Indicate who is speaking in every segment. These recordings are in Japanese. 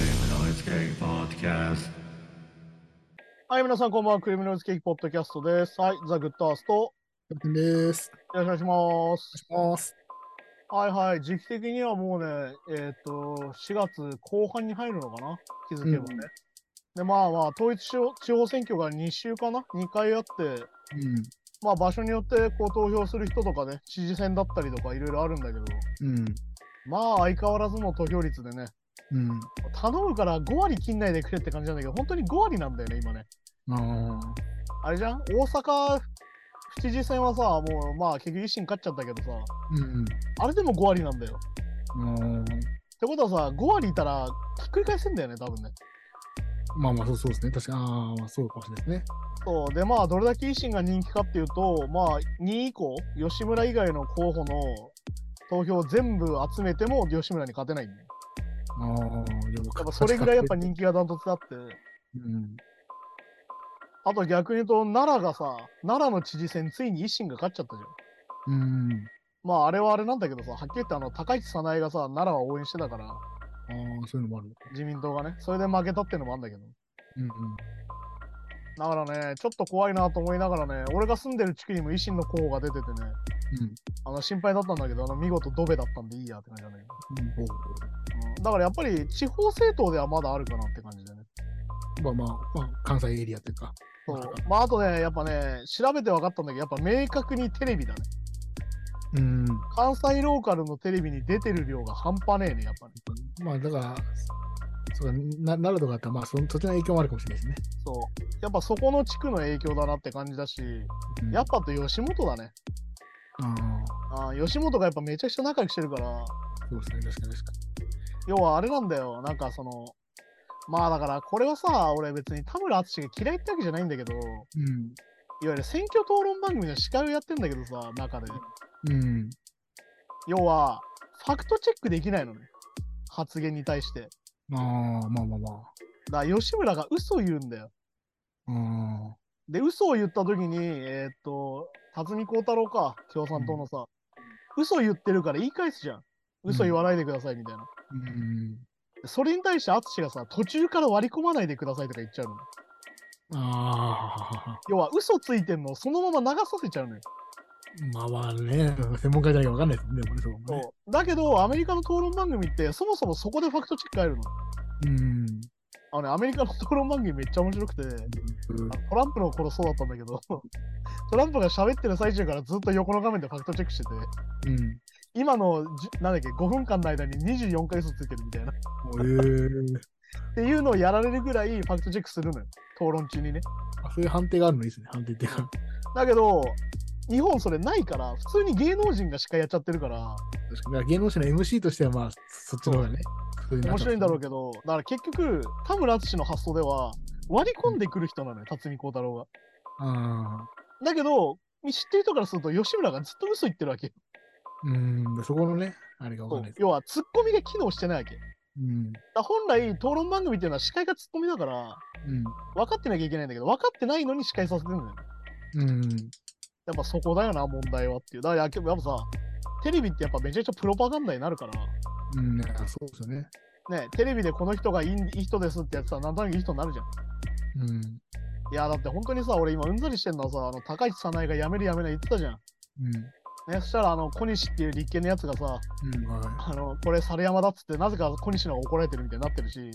Speaker 1: ケーキポッドキャスト。
Speaker 2: はい、皆さんこんばんは。クリームノイズケーキポッドキャストです。はい、ザ・グッドアースト。よ
Speaker 3: です。
Speaker 2: ろしくお願いします。
Speaker 3: お願いします。
Speaker 2: はいはい、時期的にはもうね、えっ、と、4月後半に入るのかな気づけばね。
Speaker 3: うん
Speaker 2: で、まあまあ、統一地方地方選挙が2週かな ?2 回あって、まあ場所によってこう投票する人とかね、知事選だったりとかいろいろあるんだけど、
Speaker 3: うん。
Speaker 2: まあ相変わらずの投票率でね、
Speaker 3: うん。
Speaker 2: 頼むから5割切んないでくれって感じなんだけど、本当に5割なんだよね、今ね。
Speaker 3: うん。ああ。
Speaker 2: あれじゃん大阪府知事選はさ、もうまあ結局維新勝っちゃったけどさ、
Speaker 3: うん。
Speaker 2: あれでも5割なんだよ。
Speaker 3: あ
Speaker 2: ってことはさ、5割いたらひっくり返せんだよね、多分ね。
Speaker 3: あ。まあまあ、そうそうですね。確かに。ああ、まあ、そうかもしれないですね。
Speaker 2: そう、でまあどれだけ維新が人気かっていうと、まあ2位以降、吉村以外の候補の投票全部集めても吉村に勝てないんだよ。
Speaker 3: ああ、や
Speaker 2: やっぱそれぐらいやっぱ人気がダントツだって。
Speaker 3: うん。
Speaker 2: あと逆に言うと、奈良がさ、奈良の知事選ついに維新が勝っちゃったじゃん。
Speaker 3: うん。
Speaker 2: まああれはあれなんだけどさ、はっきり言ってあの高市早苗がさ、奈良は応援してたから、
Speaker 3: ああ、そういうのもあるのか。
Speaker 2: 自民党がね、それで負けたってのもあるんだけど。
Speaker 3: うんうん。
Speaker 2: だからね、ちょっと怖いなと思いながらね、俺が住んでる地区にも維新の候補が出ててね、
Speaker 3: うん。
Speaker 2: あの心配だったんだけど、あの見事ドベだったんでいいやって感じなんだけ
Speaker 3: うん、ほう
Speaker 2: ど、うんだからやっぱり地方政党ではまだあるかなって感じでね。
Speaker 3: まあまあ、まあ、関西エリアというか。
Speaker 2: そう。まああとね、やっぱね、調べて分かったんだけど、やっぱ明確にテレビだね。
Speaker 3: うん。
Speaker 2: 関西ローカルのテレビに出てる量が半端ねえね、やっぱり、
Speaker 3: まあ、だから、そうか、な奈良とかだったら、まあ、その土地の影響もあるかもしれないですね。
Speaker 2: そう。やっぱそこの地区の影響だなって感じだし、
Speaker 3: うん、
Speaker 2: やっぱあと吉本だね。
Speaker 3: ああ、
Speaker 2: あー吉本がやっぱめちゃくちゃ仲良くしてるから、
Speaker 3: そうですね。確かに確か
Speaker 2: 要はあれなんだよなんかそのまあだからこれはさ俺別に田村淳が嫌いってわけじゃないんだけどい
Speaker 3: に。
Speaker 2: わゆる選挙討論番組の司会をやってんだけどさ中で
Speaker 3: うん。うん。
Speaker 2: 要はファクトチェックできないのね発言に対して
Speaker 3: ああ、まあまあま
Speaker 2: だから吉村が嘘を言うんだよ
Speaker 3: あ。ああ。
Speaker 2: で嘘を言った時にえーっと辰巳孝太郎か共産党のさ、嘘言ってるから言い返すじゃん嘘言わないでくださいみたいな、
Speaker 3: うん。
Speaker 2: それに対して淳がさ途中から割り込まないでくださいとか言っちゃうの
Speaker 3: あ
Speaker 2: 要は嘘ついてんのをそのまま流させちゃうのよ
Speaker 3: あ、まあまあね、専門家じゃないか分かんないですもんね、これそうもね。
Speaker 2: そうだけど、アメリカの討論番組って、そもそもそこでファクトチェック入るの。
Speaker 3: うん。
Speaker 2: あのね、アメリカの討論番組めっちゃ面白くて、あのトランプの頃そうだったんだけど、 トランプが喋ってる最中からずっと横の画面でファクトチェックしてて、
Speaker 3: うん。
Speaker 2: 今のじゅ、なんだっけ、5分間の間に24回嘘ついてるみたいな。っ
Speaker 3: えー、
Speaker 2: ていうのをやられるぐらいファクトチェックするのよ。討論中にね。
Speaker 3: あそういう判定があるのいいですね、判定っていうか。
Speaker 2: だけど、日本それないから、普通に芸能人が司会やっちゃってるから、
Speaker 3: 確かにだから芸能人の MC としては、まあ、そっちの方がね、
Speaker 2: 面白いんだろう
Speaker 3: け
Speaker 2: けど、だから結局、田村淳の発想では、割り込んでくる人なのよ、辰巳孝太郎が。
Speaker 3: ど。ああ。
Speaker 2: だけど、知ってる人からすると、吉村がずっと嘘言ってるわけよ。
Speaker 3: うん、そこのね、あれが分かんないです。
Speaker 2: 要は、ツッコミが機能してないわけ。だか
Speaker 3: うん。
Speaker 2: ら本来、討論番組っていうのは司会がツッコミだから、分かってなきゃいけないんだけど、分かってないのに司会させてるのよ。
Speaker 3: うん。うん。
Speaker 2: やっぱそこだよな、問題はっていう。だから、やっぱさ、テレビってやっぱめちゃくちゃプロパガンダになるから、
Speaker 3: うん、あそうですよね。
Speaker 2: ね、テレビでこの人がいいいい人ですってやってたら、なんとなくいい人になるじゃん。
Speaker 3: うん。
Speaker 2: いや、だって本当にさ、俺今うんざりしてんのはさ、あの、高市早苗が辞める辞めない言ってたじゃん。
Speaker 3: う
Speaker 2: ね、そしたら、あの、小西っていう立憲のやつがさ、
Speaker 3: ん。うん。は
Speaker 2: あの、これ、猿山だっつって、なぜか小西の方が怒られてるみたいになってるし、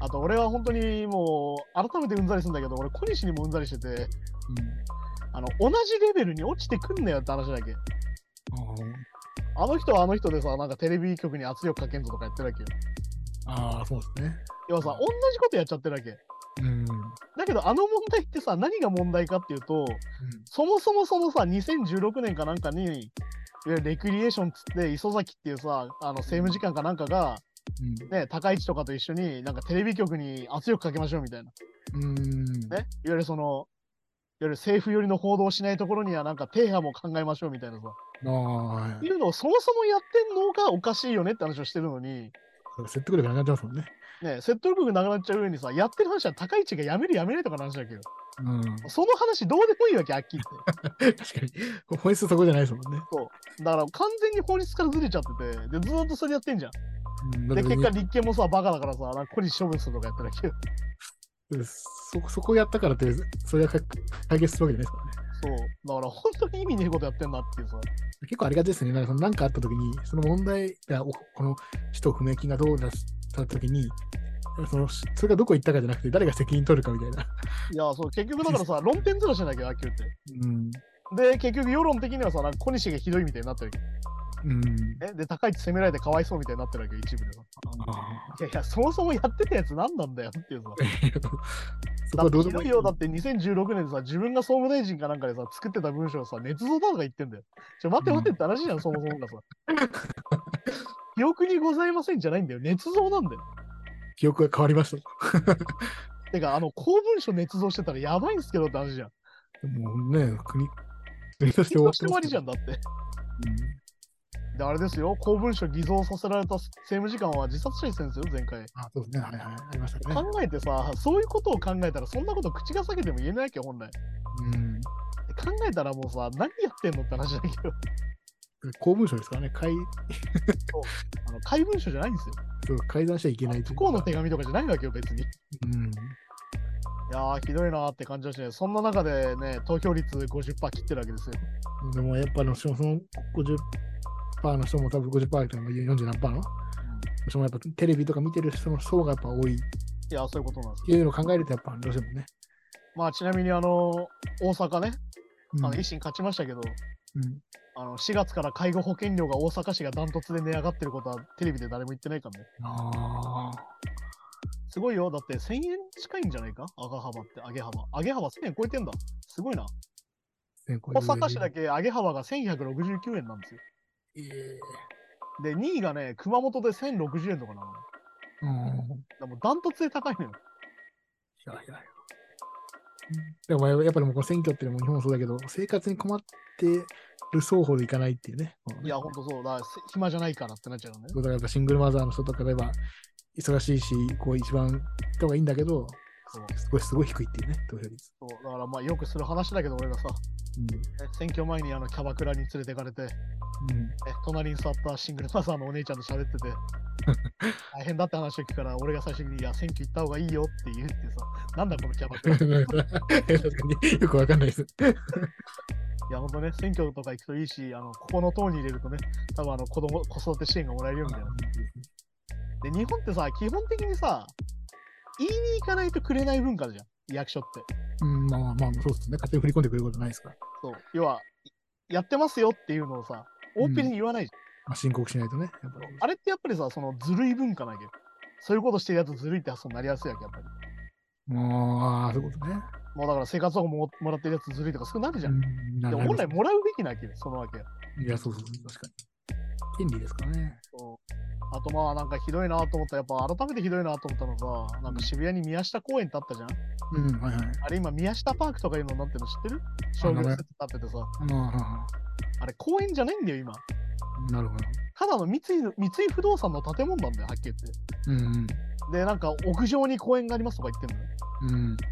Speaker 2: あと俺は本当にもう改めてうんざりするんだけど俺小西にもうんざりしてて
Speaker 3: い。うん。
Speaker 2: あの同じレベルに落ちてくんなよって話だけ
Speaker 3: うん、
Speaker 2: あの人はあの人でさなんかテレビ局に圧力かけんぞとかやってるわけよ
Speaker 3: あああ、そうですね。
Speaker 2: 要はさ同じことやっちゃってるわけ
Speaker 3: うん。
Speaker 2: だけどあの問題ってさ何が問題かっていうとそもそもそのさ2016年かなんかにいわゆるレクリエーションっつって磯崎っていうさあの政務次官かなんかがね高市とかと一緒になんかテレビ局に圧力かけましょうみたいな
Speaker 3: うん。うん。
Speaker 2: ね、いわゆるその、いわゆる政府寄りの報道をしないところには、なんか、停波も考えましょうみたいなさ、
Speaker 3: ああ、はい。
Speaker 2: いうのをそもそもやってんのがおかしいよねって話をしてるのに、
Speaker 3: 説得力なくなってますもんね。
Speaker 2: ね、説得力なくなっちゃう上にさ、やってる話は高市が辞める辞めないとかの話だけど、
Speaker 3: うん。
Speaker 2: その話どうでもいいわけ、あっきり言っ
Speaker 3: 確かに。本質そこじゃないですもんね。
Speaker 2: て。だから、完全に法律からずれちゃってて、で、ずーっとそれやってんじゃん。
Speaker 3: うんだ
Speaker 2: で、
Speaker 3: って
Speaker 2: 結果、立憲もさ、バカだからさ、なんかこり処分するとかやってるけど、
Speaker 3: うんそそこやったからって、それが解解決するわけじゃないですからね。
Speaker 2: そう、だから本当に意味ねえことやってんなっていうさ、
Speaker 3: 結構ありがちですね。なんかそのなんかあったときに、その問題が、おこの使途不明金がどうだったときに、そのそれがどこ行ったかじゃなくて、誰が責任取るかみたいな。
Speaker 2: いや、そう、結局だからさ、論点ずらしなきゃ、野球って。
Speaker 3: うん。
Speaker 2: で、結局、世論的にはさ、なんか小西がひどいみたいになってる
Speaker 3: うん。
Speaker 2: えで、高市責められてかわいそうみたいになってるわけよ、一部でさ。いやいや、そもそもやってたやつ何なんだよっていうさ。
Speaker 3: そ
Speaker 2: だ
Speaker 3: こは
Speaker 2: って
Speaker 3: どう
Speaker 2: ひ
Speaker 3: で
Speaker 2: ど
Speaker 3: も
Speaker 2: いよ、だって2016年さ、自分が総務大臣かなんかでさ、作ってた文章をさ、捏造だとか言ってんだよ。ちょ、待って待ってって話じゃん、そもそもがさ。記憶にございませんじゃないんだよ。捏造なんだよ。
Speaker 3: 記憶が変わりました。
Speaker 2: てか、あの、公文書捏造してたらやばいんすけどって話じゃん。
Speaker 3: もうね、国、国として
Speaker 2: 偽造して終わりじゃ
Speaker 3: ん。
Speaker 2: んだって。で、あれですよ、公文書偽造させられた政務次官は自殺者にしてるんですよ、前回。
Speaker 3: あ、そうですね。はいはい。ありましたね。
Speaker 2: 考えてさ、そういうことを考えたら、そんなこと口が裂けても言えないわけよ、本来。
Speaker 3: う
Speaker 2: で
Speaker 3: ん。
Speaker 2: 考えたらもうさ、何やってんのって話だけど、
Speaker 3: 公文書ですからね。改、
Speaker 2: あの、怪文書じゃないんですよ。
Speaker 3: そう改ざんしちゃいけないと
Speaker 2: 不
Speaker 3: いう
Speaker 2: 幸の手紙とかじゃないわけよ、別に。い
Speaker 3: うん。
Speaker 2: やー、ひどいなーって感じだしね、そんな中でね、投票率50%切ってるわけですよ。
Speaker 3: でもやっぱあの、そのその50%の人も多分50%っていうのは40何パーの人もやっぱテレビとか見てる人の層がやっぱ多いっ
Speaker 2: いやー、そういうことなんですよ。
Speaker 3: ていうのを考えるとやっぱどうしてもね。
Speaker 2: まあ、ちなみにあの、大阪ね、
Speaker 3: うん
Speaker 2: あの維新勝ちましたけど、
Speaker 3: うん
Speaker 2: あの4月から介護保険料が大阪市がダントツで値上がってることはテレビで誰も言ってないからね。
Speaker 3: あ
Speaker 2: すごいよ。だって1000円近いんじゃないか上げ幅って、上げ幅。上げ幅1000円超えてんだ。すごいな。
Speaker 3: ーねこうい
Speaker 2: 大
Speaker 3: う
Speaker 2: 阪市だけ上げ幅が1169円なんですよ。
Speaker 3: ええ
Speaker 2: で、2位がね、熊本で1060円とかなの。だか
Speaker 3: うん。
Speaker 2: らもうダントツで高いのよ。
Speaker 3: いやいやいや。でもやっぱりもうこの選挙っていうのも日本もそうだけど、生活に困ってる双方でいかないっていうね。
Speaker 2: いや、ほんとそう。だからせ暇じゃないからってなっちゃうのね。
Speaker 3: だからやっぱシングルマザーの人とかでは忙しいし、こう一番行った方がいいんだけど、
Speaker 2: そう
Speaker 3: すごいすごい低いっていうね、投票率。
Speaker 2: そうだからまあよくする話だけど、俺がさ、え選挙前にあのキャバクラに連れてかれて、
Speaker 3: うん。うん
Speaker 2: え隣に座ったシングルマザーのお姉ちゃんと喋って て、大変だって話を聞くから、俺が最初に、いや、選挙行った方がいいよって言うってさ、なんだこのキャバクラ。い
Speaker 3: 確か によくわかんないです。
Speaker 2: や、ほんとね、選挙とか行くといいし、あの、ここの党に入れるとね、多分あの、子供、子育て支援がもらえるよみたいな。で、日本ってさ、基本的にさ、言いに行かないとくれない文化じゃん、役所って。
Speaker 3: うん、まあまあまあ、そうですね。勝手に振り込んでくれることないですから。
Speaker 2: そう。要は、いやってますよっていうのをさ、オープンに言わないじ
Speaker 3: まあ、申告しないとね。やっぱ
Speaker 2: ゃん。あれってやっぱりさ、そのずるい文化なわけよ。そういうことしてるやつずるいって発想になりやすいわけ、やっぱり。
Speaker 3: り。もう、そういうことね。
Speaker 2: もうだから生活保護ももらってるやつずるいとか少なるじゃん。
Speaker 3: うんな
Speaker 2: で
Speaker 3: る
Speaker 2: も本来もらうべきなわけよ、そのわけ。
Speaker 3: いや、そうそうそう、確かに。権利ですからね。
Speaker 2: そうあとまあなんかひどいなと思った、やっぱ改めてひどいなと思ったのが、なんか渋谷に宮下公園ってあったじゃん。
Speaker 3: うん、はいはい。
Speaker 2: あれ今宮下パークとかいうのになってるの知ってる商業施設になっててさ、
Speaker 3: ああ
Speaker 2: あれ公園じゃないんだよ今。
Speaker 3: あ、なるほど。
Speaker 2: ただの三井の三井不動産の建物なんだよ、はっきり言って。
Speaker 3: うん、
Speaker 2: で、なんか屋上に公園がありますとか言ってんのよ。
Speaker 3: うん。うん。だ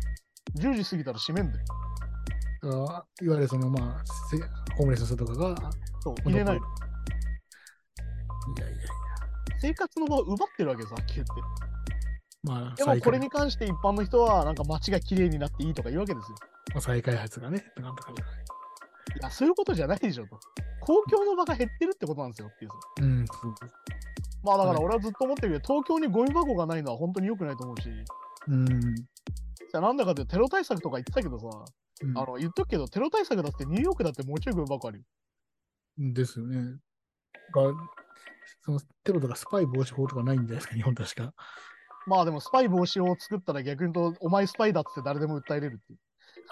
Speaker 2: 10時過ぎたら閉めんだよ。
Speaker 3: からいわゆるその、まあ、せホームレスの人とかが、
Speaker 2: そう、入れない。
Speaker 3: いやいや、
Speaker 2: 生活の場を奪ってるわけさ、はっきり言って。
Speaker 3: まあ、
Speaker 2: でもこれ
Speaker 3: ま
Speaker 2: に関して一般の人は、なんか街が綺麗になっていいとか言うわけですよ。
Speaker 3: あ、再開発がね、なんとか
Speaker 2: い
Speaker 3: とか。
Speaker 2: や、そういうことじゃないでしょと。公共の場が減ってるってことなんですよっていうさ。
Speaker 3: うん、そう
Speaker 2: まあだから
Speaker 3: はい
Speaker 2: 俺はずっと思ってるけど、東京にゴミ箱がないのは本当に良くないと思うし、
Speaker 3: うん。
Speaker 2: さなんだかってテロ対策とか言ってたけどさ、
Speaker 3: うん
Speaker 2: あの言っとくけど、テロ対策だってニューヨークだってもうちょいゴミ箱あるよ。
Speaker 3: ですよね。が、そのテロとかスパイ防止法とかないんじゃないですか、日本確か。
Speaker 2: まあでもスパイ防止を作ったら逆に言うと、お前スパイだっつって誰でも訴えれるっていう。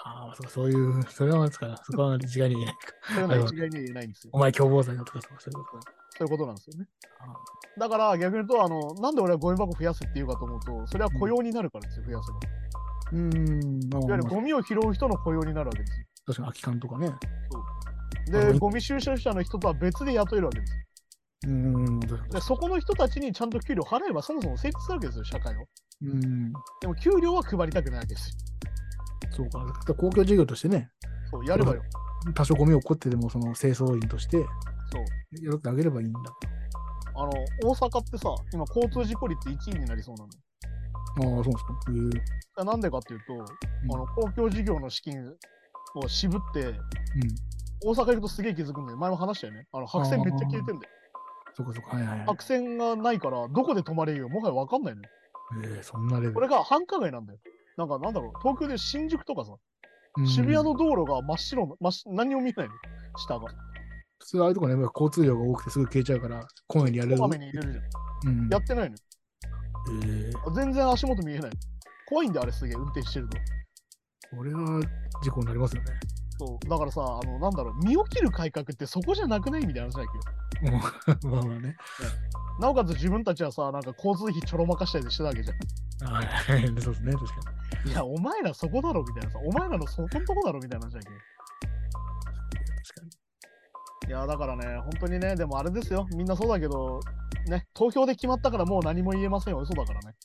Speaker 3: ああ、そうそういう、それはですから、そこは一概に言えないか。
Speaker 2: そういうのは一概には言えないんですよ。
Speaker 3: お前共謀罪だとか、そうそういうことだ。
Speaker 2: そういうことなんですよね
Speaker 3: あ。
Speaker 2: だから逆に言うと、あの、なんで俺はゴミ箱増やせって言うかと思うと、それは雇用になるからですよ、増やせば。
Speaker 3: うん、ま
Speaker 2: いわ
Speaker 3: あまあ
Speaker 2: ゆる
Speaker 3: まあ、
Speaker 2: ゴミを拾う人の雇用になるわけですよ。
Speaker 3: 確かに空き缶とかね。あ
Speaker 2: で、
Speaker 3: 俺
Speaker 2: ゴミ収集者の人とは別で雇えるわけですよ。
Speaker 3: うん、確か
Speaker 2: で、そこの人たちにちゃんと給料払えばそもそも成立するわけですよ、社会を。
Speaker 3: に。うん、
Speaker 2: でも給料は配りたくないわけですよ。
Speaker 3: そうか。だから公共事業としてね、
Speaker 2: そう、やればよ。
Speaker 3: 多少ゴミ起こってでも、その清掃員として、
Speaker 2: そう。
Speaker 3: やってあげればいいんだ。
Speaker 2: あの、大阪ってさ、今交通事故率1位になりそうなの。
Speaker 3: ああ、そうですか。えー
Speaker 2: なんでかっていうと、
Speaker 3: ん
Speaker 2: あの公共事業の資金を渋って、
Speaker 3: うん。
Speaker 2: 大阪行くとすげえ気づくんだよ。前も話したよね。あの白線めっちゃ消えてんだよ。
Speaker 3: そこそこ。はいはいはい。
Speaker 2: 白線がないから、どこで止まれるよ。もはやわかんないね。
Speaker 3: えーそんなレベル。
Speaker 2: これが繁華街なんだよ。なんかなんだろう、東京で新宿とかさ、
Speaker 3: うん
Speaker 2: 渋谷の道路が真っ白な、真っ白何も見えないの、下が。
Speaker 3: 普通ああいうとこね、交通量が多くてすぐ消えちゃうから、こまめにやれる。
Speaker 2: こまめに入れるじゃん。
Speaker 3: うん。
Speaker 2: やってないのよ。
Speaker 3: えー
Speaker 2: 全然足元見えない。怖いんだよ、あれすげえ、運転してると。
Speaker 3: これは事故になりますよね。
Speaker 2: そうだからさ、あの、なんだろう、身を切る改革ってそこじゃなくないみたいな話だけど。
Speaker 3: うんまあまあね。
Speaker 2: なおかつ自分たちはさ、なんか交通費ちょろまかしたりしてたわけじゃ
Speaker 3: はいはい はいそうですね、確か
Speaker 2: ん。い や、お前らそこだろみたいなさ、お前らのそこんとこだろみたいな話だけど。
Speaker 3: に。
Speaker 2: いや、だからね、本当にね、でもあれですよ、みんなそうだけど、ね、投票で決まったからもう何も言えませんよ、嘘だからね。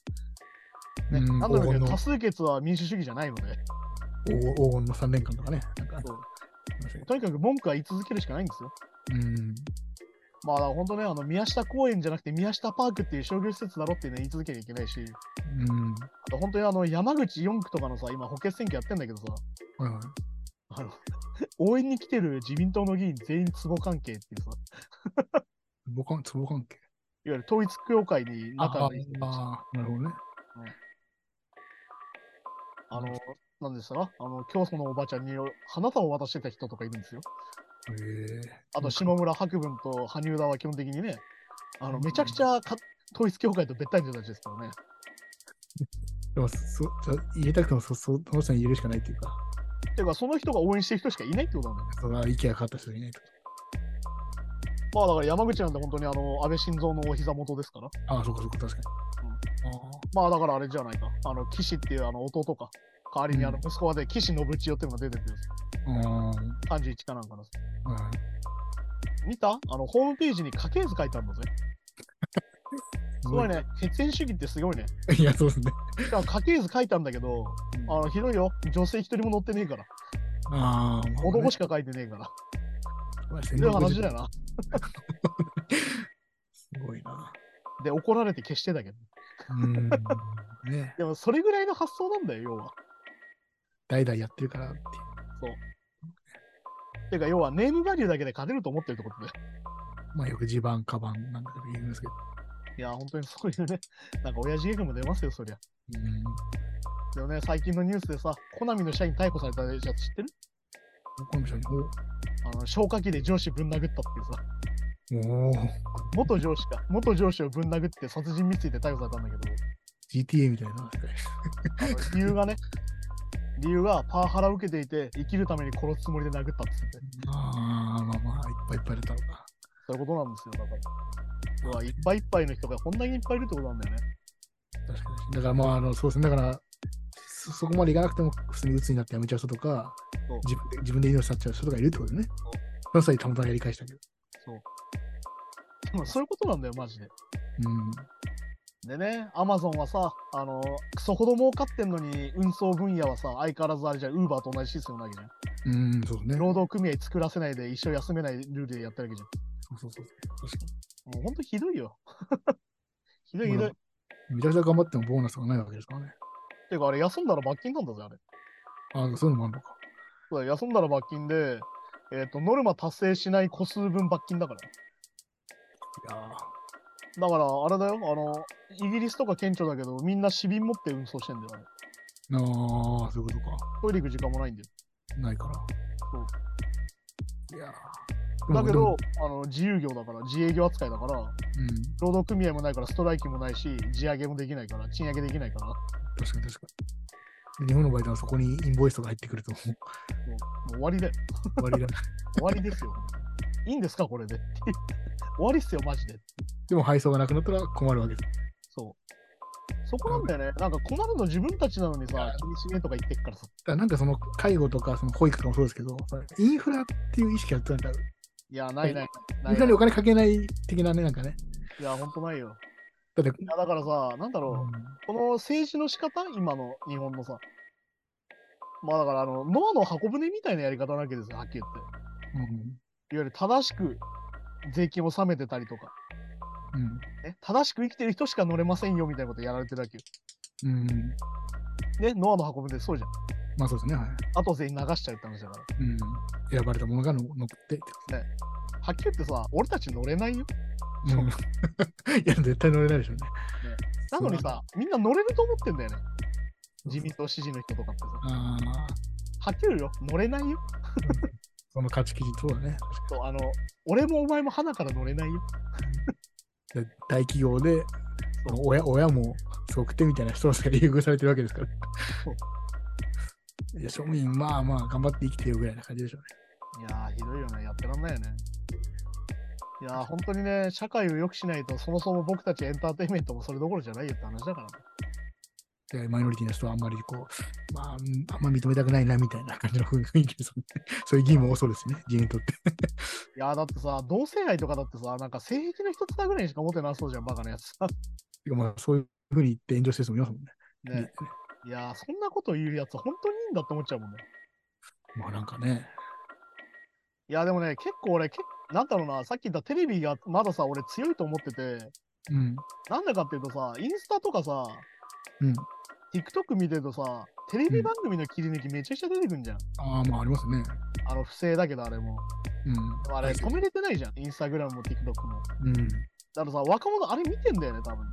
Speaker 2: ね、
Speaker 3: うん
Speaker 2: なんだろうけ
Speaker 3: 黄金
Speaker 2: ど、
Speaker 3: の
Speaker 2: 多数決は民主主義じゃないので、
Speaker 3: 黄黄金の3年間とかね。なんか
Speaker 2: そう
Speaker 3: すいま
Speaker 2: とにかく文句は言い続けるしかないんですよ。
Speaker 3: せんうん。
Speaker 2: まあ、だから本当ね、あの、宮下公園じゃなくて宮下パークっていう商業施設だろってね、言い続けなきゃいけないし、
Speaker 3: うん。
Speaker 2: あと本当にあの、山口4区とかのさ、今補欠選挙やってんだけどさ、
Speaker 3: はいは
Speaker 2: あの、応援に来てる自民党の議員全員壺関係っていうさ、いわ
Speaker 3: い。壺関壺関係。
Speaker 2: ゆる統一教会に仲
Speaker 3: あ
Speaker 2: のいい人たち
Speaker 3: あー、なるほどね。
Speaker 2: あの、なんですかあの、教祖のおばちゃんに花束を渡してた人とかいるんですよ。
Speaker 3: へえ
Speaker 2: あと、下村博文と羽生田は基本的にね、あの、めちゃくちゃか統一教会とべったい人たちですからね。
Speaker 3: でも、そ、そ言えたくても、そ、そ、その人に言えるしかないっていうか、
Speaker 2: ていうか、その人が応援してる人しかいないってことなんだよね。
Speaker 3: それは意見が変わった人がいないと。
Speaker 2: まあ、だから山口なんて本当にあの、安倍晋三のお膝元ですから。
Speaker 3: ああ、そこそこ、確かに。
Speaker 2: まあ、だからあれじゃないか。あの、岸っていうあの、弟か。代わりにあの、息子はで、岸信千代っていうのが出てるんですよ。
Speaker 3: ああ、
Speaker 2: 31かなんかの。
Speaker 3: うん。はい
Speaker 2: 見たあの、ホームページに家系図書いてあるんだぜ。すごい。ね。血縁主義ってすごいね。
Speaker 3: い や、そうですね。
Speaker 2: しかも家系図書いたんだけど、あの、ひどいよ。女性一人も載ってねえから。
Speaker 3: ああ、
Speaker 2: 男しか書いてねえから。
Speaker 3: し
Speaker 2: ひどい話だよな。
Speaker 3: すごいな。
Speaker 2: で、怒られて消してたけど。
Speaker 3: うん。ね、
Speaker 2: でも、それぐらいの発想なんだよ、要は。
Speaker 3: 代々やってるからっていう。
Speaker 2: てか、要は、ネームバリューだけで勝てると思ってるってことだよ。
Speaker 3: まあ、よく地盤、カバンなんか言うんですけど。
Speaker 2: いや、本当にそういうね、なんか親父ギャグも出ますよ、そりゃ。
Speaker 3: うん。
Speaker 2: でもね、最近のニュースでさ、コナミの社員逮捕されたやつ知ってる
Speaker 3: この人に、
Speaker 2: あの、消火器で上司ぶん殴ったっていうさ、
Speaker 3: おおー、
Speaker 2: 元上司か、元上司をぶん殴って殺人未遂で逮捕されたんだけど、
Speaker 3: GTA みたいな。
Speaker 2: あの 理由がね、理由がパワハラを受けていて、生きるために殺すつもりで殴ったっつって、
Speaker 3: ああ、まあまあ、いっぱいいっぱい出たのか。
Speaker 2: そういうことなんですよ、だから。うわ、いっぱいいっぱいの人がこんなにいっぱいいるってことなんだよね。
Speaker 3: 確かに。だからまあ、あの、そうですね。だから、そそこまでいかなくても、普通に鬱になってやめちゃう人とか
Speaker 2: そう、
Speaker 3: 自分で自分で命絶っちゃう人とかいるってことね。その際、たまたまやり返したけど。
Speaker 2: でもそういうことなんだよ、マジで。
Speaker 3: うん。
Speaker 2: でね、アマゾンはさ、あの、クソほど儲かってんのに、運送分野はさ、相変わらずあれじゃん、ウーバーと同じシステムなわけじゃん。
Speaker 3: うん、そうね。
Speaker 2: 労働組合作らせないで一生休めないルールでやったわけじ
Speaker 3: そうそうそう。確か
Speaker 2: ゃん。もうほんとひどいよ。 ひどいひ
Speaker 3: ま
Speaker 2: ど
Speaker 3: あ
Speaker 2: い。
Speaker 3: に。めちゃくちゃ頑張ってもボーナスがないわけですからね。
Speaker 2: てかあれ、休んだら罰金なんだぜ、あれ。
Speaker 3: ああ、そういうのもあるのか。
Speaker 2: そうだよ休んだら罰金で、えっ、と、ノルマ達成しない個数分罰金だから。
Speaker 3: いやー
Speaker 2: だから、あれだよ、あの、イギリスとか顕著だけど、みんな市民持って運送してんだよ、あれ。
Speaker 3: ああ、そういうことか。
Speaker 2: トイレ行く時間もないんだよ。
Speaker 3: ないから。
Speaker 2: そう
Speaker 3: いやー
Speaker 2: だけ、
Speaker 3: で
Speaker 2: ど、
Speaker 3: も
Speaker 2: あの、自由業だから、自営業扱いだから、
Speaker 3: でもうん、
Speaker 2: 労働組合もないから、ストライキもないし、地上げもできないから、賃上げできないから、も
Speaker 3: 確かに確かに。日本の場合ではそこにインボイスとか入ってくるとも
Speaker 2: う 終わりだよ。
Speaker 3: う終わりだ。
Speaker 2: 終わりですよ。いいんですか、これで。 っていう終わりっすよ、マジで。
Speaker 3: でも配送がなくなったら困るわけです。
Speaker 2: そう。そこなんだよね。なんか困るの自分たちなのに
Speaker 3: い
Speaker 2: さ
Speaker 3: や、
Speaker 2: 気にしねえとか言ってっからさ。
Speaker 3: だからなんかその介護とかその保育とかもそうですけど、そのインフラっていう意識が取れた。イ
Speaker 2: いや、ないない。な
Speaker 3: ン
Speaker 2: い な
Speaker 3: フラ
Speaker 2: い
Speaker 3: にお金かけない的なね、なんかね。
Speaker 2: いや、ほんとないよ。
Speaker 3: だって、
Speaker 2: いや、だからさ、なんだ
Speaker 3: う
Speaker 2: ろ
Speaker 3: ん
Speaker 2: う。この政治の仕方今の日本のさ。まあだから、あの、ノアの箱舟みたいなやり方なわけですよ、はっきり言って。いわゆる正しく税金を納めてたりとか、
Speaker 3: うん。
Speaker 2: ね、正しく生きてる人しか乗れませんよみたいなことやられてるわけよ。
Speaker 3: うん。
Speaker 2: ね、ノアの箱舟そうじゃん。
Speaker 3: まあそうですね。はい。
Speaker 2: あと全員流しちゃうって話だから。
Speaker 3: うん。選ばれたものがの残ってってこと
Speaker 2: はっきり言ってさ、俺たち乗れないよ。
Speaker 3: ですね。うん いや、絶対乗れないでしょうね。
Speaker 2: なのにさ、みんな乗れると思ってんだよね。自民党支持の人とかってさ。
Speaker 3: あ
Speaker 2: は
Speaker 3: あ、
Speaker 2: っきり言うよ、乗れないよ。
Speaker 3: その価値基準、そうだね。確か
Speaker 2: と、あの、俺もお前も花から乗れないよ。
Speaker 3: にで大企業で、その親親も即定みたいな人しか優遇されてるわけですから
Speaker 2: そ。
Speaker 3: いや庶民、まあまあ、頑張って生きてよぐらいな感じでしょう
Speaker 2: いやー、ひどいよね。やってらんないよね。いやー、本当にね、社会を良くしないと、そもそも僕たちエンターテインメントもそれどころじゃないよって話だからね。
Speaker 3: ね。で、マイノリティの人はあんまりこう、まあ、うんあんま認めたくないなみたいな感じの雰囲気ですよね。 そういう議員も多そうですね、自民党って。
Speaker 2: いやー、だってさ、同性愛とかだってさ、なんか性癖の一つだぐらいにしか持ってなさそうじゃん、バカなやつ。
Speaker 3: てかまあ、そういうふうに言って炎上してる人もいますもんね。
Speaker 2: ね、いやー、そんなこと言うやつ、本当にいいんだって思っちゃうもんね。
Speaker 3: まあなんかね、
Speaker 2: いや、でもね、結構俺、けなんだろうな、さっき言ったテレビがまださ、俺強いと思ってて、
Speaker 3: うん、
Speaker 2: なんでかっていうとさ、インスタとかさ、
Speaker 3: うん。
Speaker 2: TikTok 見てるとさ、テレビ番組の切り抜きめちゃくちゃ出てくんじゃん。
Speaker 3: ああ、まあありますね。
Speaker 2: あの、不正だけど、あれも。
Speaker 3: うん。
Speaker 2: でもあれ、
Speaker 3: はい
Speaker 2: 止めれてないじゃん、インスタグラムも TikTok も。
Speaker 3: うん。
Speaker 2: だからさ、若者、あれ見てんだよね、多分。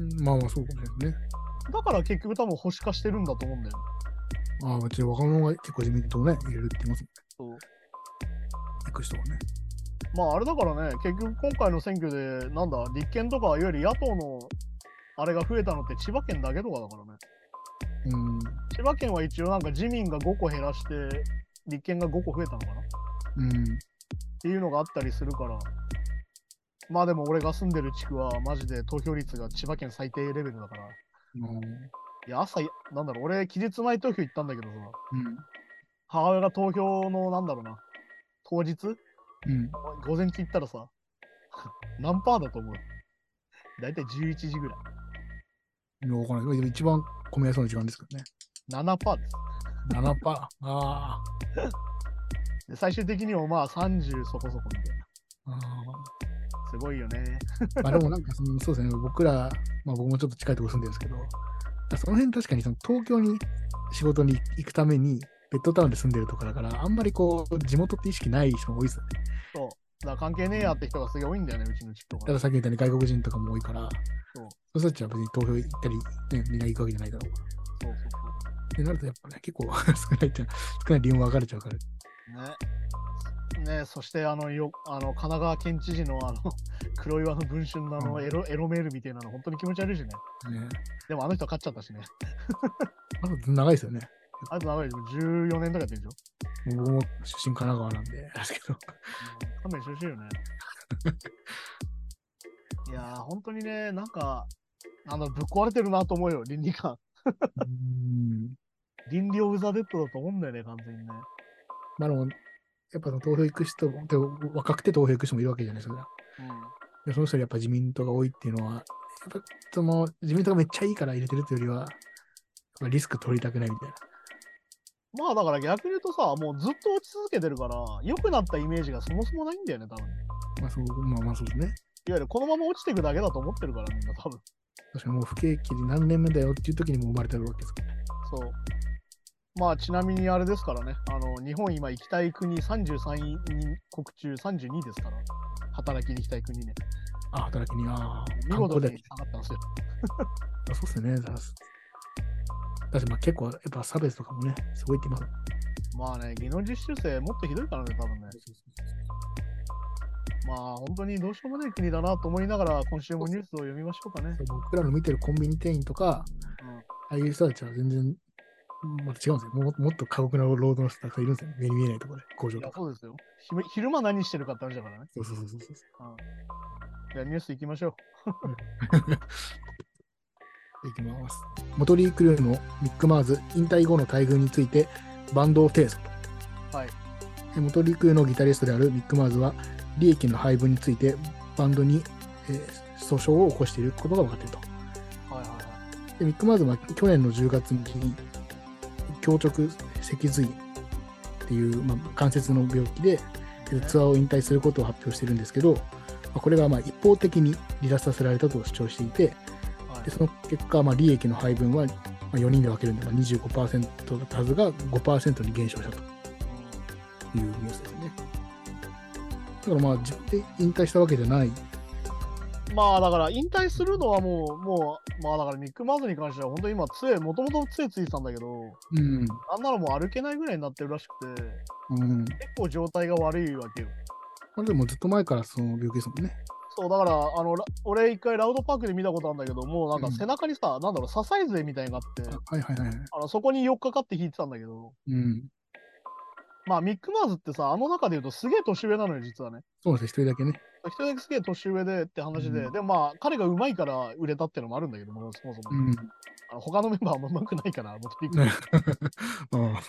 Speaker 3: うんまあまあそうかもしれないね。
Speaker 2: だから結局多分保守化してるんだと思うんだよ。
Speaker 3: ああ、うち若者が結構自民党ね、入れるって言いますもんね。
Speaker 2: そう
Speaker 3: 行く人はね。
Speaker 2: まあ、あれだからね、結局今回の選挙で、なんだ、立憲とか、いわゆる野党の、あれが増えたのって千葉県だけとかだからね。
Speaker 3: うん。
Speaker 2: 千葉県は一応なんか自民が5個減らして、立憲が5個増えたのかなっ
Speaker 3: うん。
Speaker 2: ていうのがあったりするから。まあでも俺が住んでる地区はマジで投票率が千葉県最低レベルだから。いや、朝、なんだろう、俺、期日前投票行ったんだけどさ、
Speaker 3: うん。
Speaker 2: 母親が投票の、なんだろうな、当日
Speaker 3: うん。
Speaker 2: 午前中行ったらさ、 何パーだと思うだいたい11時ぐらい。
Speaker 3: いや、わからない。でも一番混み合いそうな時間ですからね。
Speaker 2: 7パーです。
Speaker 3: 7%。ああ。
Speaker 2: で最終的にもまあ30そこそこみたいな。
Speaker 3: ああ
Speaker 2: すごいよね。
Speaker 3: まあでもなんかその、そうですね、僕ら、まあ僕もちょっと近いところ住んでるんですけど、その辺確かにその東京に仕事に行くために、ベッドタウンで住んでるところだから、あんまりこう、地元って意識ない人も多いですよね。
Speaker 2: そう。だから関係ねえやって人がすごい多いんだよね、うちの地区と
Speaker 3: だ
Speaker 2: か
Speaker 3: か。らさっきみたいに外国人とかも多いから、
Speaker 2: そう
Speaker 3: そう人たちは別に投票行ったり、ね、みんな行くわけじゃないだろうか
Speaker 2: そうそうそ
Speaker 3: ら。ってなるとやっぱね、結構 少ないっていうのは少ない理由も分かれちゃうから。
Speaker 2: う。ね。ねそしてあのよあの神奈川県知事のあの 黒岩の文春のあの
Speaker 3: うん
Speaker 2: エロ,、エロメールみたいなの本当に気持ち悪いしね。
Speaker 3: ね。
Speaker 2: でもあの人は勝っちゃったしね。
Speaker 3: あと長いですよね。
Speaker 2: あと長いでも14年とかやってんでしょ。
Speaker 3: 僕も出身神奈川なんで、ですけど。
Speaker 2: 勘弁してほしいよね。 いやー、本当にね、なんか、あの、ぶっ壊れてるなと思うよ、倫理観。
Speaker 3: うーん。
Speaker 2: 倫理オブザ・デッドだと思うんだよね、完全にね。
Speaker 3: まあでも、やっぱその投票行く人も、でも若くて投票行く人もいるわけじゃないですか。
Speaker 2: うん。
Speaker 3: でその人よりやっぱ自民党が多いっていうのは、やっぱその自民党がめっちゃいいから入れてるっていうよりは、やっぱリスク取りたくないみたいな。
Speaker 2: まあだから逆に言うとさ、もうずっと落ち続けてるから、良くなったイメージがそもそもないんだよね、多分。い
Speaker 3: まあそう、まあまあそうですね。
Speaker 2: わゆるこのまま落ちていくだけだと思ってるから、みんな多分。
Speaker 3: 確かにもう不景気で何年目だよっていう時にもう生まれてるわけですからね。
Speaker 2: そう。まあちなみにあれですからね、あの、日本今行きたい国33位国中32ですから、働きに行きたい国ね。
Speaker 3: あ、働きに、ああ、
Speaker 2: 見
Speaker 3: 観
Speaker 2: 事に
Speaker 3: 光で
Speaker 2: 下。がったんですよ。
Speaker 3: あそうっすね。だからだってまあ結構やっぱ差別とかもね、すごいって言いますもんね。
Speaker 2: まあね、技能実習生もっとひどいからね、多分ね。まあ本当にどうしようもない国だなと思いながら、今週もニュースを読みましょうかね。
Speaker 3: そう僕らの見てるコンビニ店員とか、
Speaker 2: うん
Speaker 3: ああいう人たちは全然、また違うんですよ。ももっと過酷な労働の人たくさんいるんですよ。目に見えないところで、工場
Speaker 2: いや
Speaker 3: と、か。
Speaker 2: そうですよ。ひめ昼間何してるかって話だからね。
Speaker 3: そうそうそうそうそう。
Speaker 2: じゃあニュース行きましょう。
Speaker 3: いきます。モトリークルーのミック・マーズ引退後の待遇についてバンドを提訴と。
Speaker 2: はい
Speaker 3: えモトリークルーのギタリストであるミック・マーズは利益の配分についてバンドに、えー訴訟を起こしていることが分かっていると。
Speaker 2: はいはいはい。
Speaker 3: でミック・マーズは去年の10月に強直脊髄っていう、まあ、関節の病気でえーツアーを引退することを発表してるんですけど、まあこれがまあ一方的に離脱させられたと主張していて、
Speaker 2: は
Speaker 3: でその結果、まあ、利益の配分はまあ4人で分けるんで、まあ、25%だったはずが5%に減少したというニュースですね。だからまあ自分で引退したわけじゃない。
Speaker 2: い、まあだから引退するのはもう、もう、まあだからビッグマウスに関しては本当に今杖、もともと杖ついてたんだけど、
Speaker 3: うん。
Speaker 2: あんなのもう歩けないぐらいになってるらしくて、
Speaker 3: うん。ま
Speaker 2: 結構状態が悪いわけよ。
Speaker 3: あ、でもずっと前からその病気ですもんね。
Speaker 2: そうだからあのラ俺一回ラウドパークで見たことあるんだけどもうなん
Speaker 3: う
Speaker 2: か
Speaker 3: ん
Speaker 2: 背中にさ、なんだろう支え杖みたいなのがあって
Speaker 3: はいはいはい。
Speaker 2: あのそこに4日かかって引いてたんだけど
Speaker 3: うん。
Speaker 2: まあミックマーズってさあの中で言うとすげえ年上なのよ実はね
Speaker 3: そうですね、一人だけね。
Speaker 2: 一人だけすげえ年上でって話で、
Speaker 3: うん
Speaker 2: でもまあ彼が上手いから売れたってのもあるんだけどもそもそも、
Speaker 3: うん。
Speaker 2: あの他のメンバーあんま上手くないから元ミック
Speaker 3: ねああ。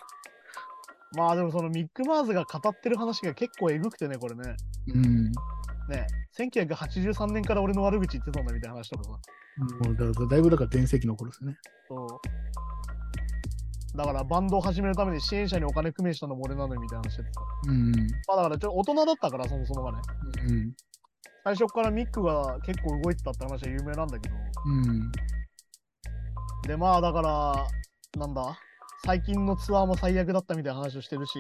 Speaker 2: まあでもそのミックマーズが語ってる話が結構えぐくてねこれね
Speaker 3: うん。
Speaker 2: ね1983年から俺の悪口言ってたんだみたいな話とかさ
Speaker 3: もうだだいぶだから全盛期の頃ですね。
Speaker 2: そう。だからバンドを始めるために支援者にお金工面したのも俺なのよみたいな話してた。
Speaker 3: うん。
Speaker 2: まあだからちょ大人だったからそもそもがね。
Speaker 3: うん。
Speaker 2: 最初からミックが結構動いてたって話は有名なんだけど。
Speaker 3: うん。
Speaker 2: でまあだから、なんだ最近のツアーも最悪だったみたいな話をしてるし、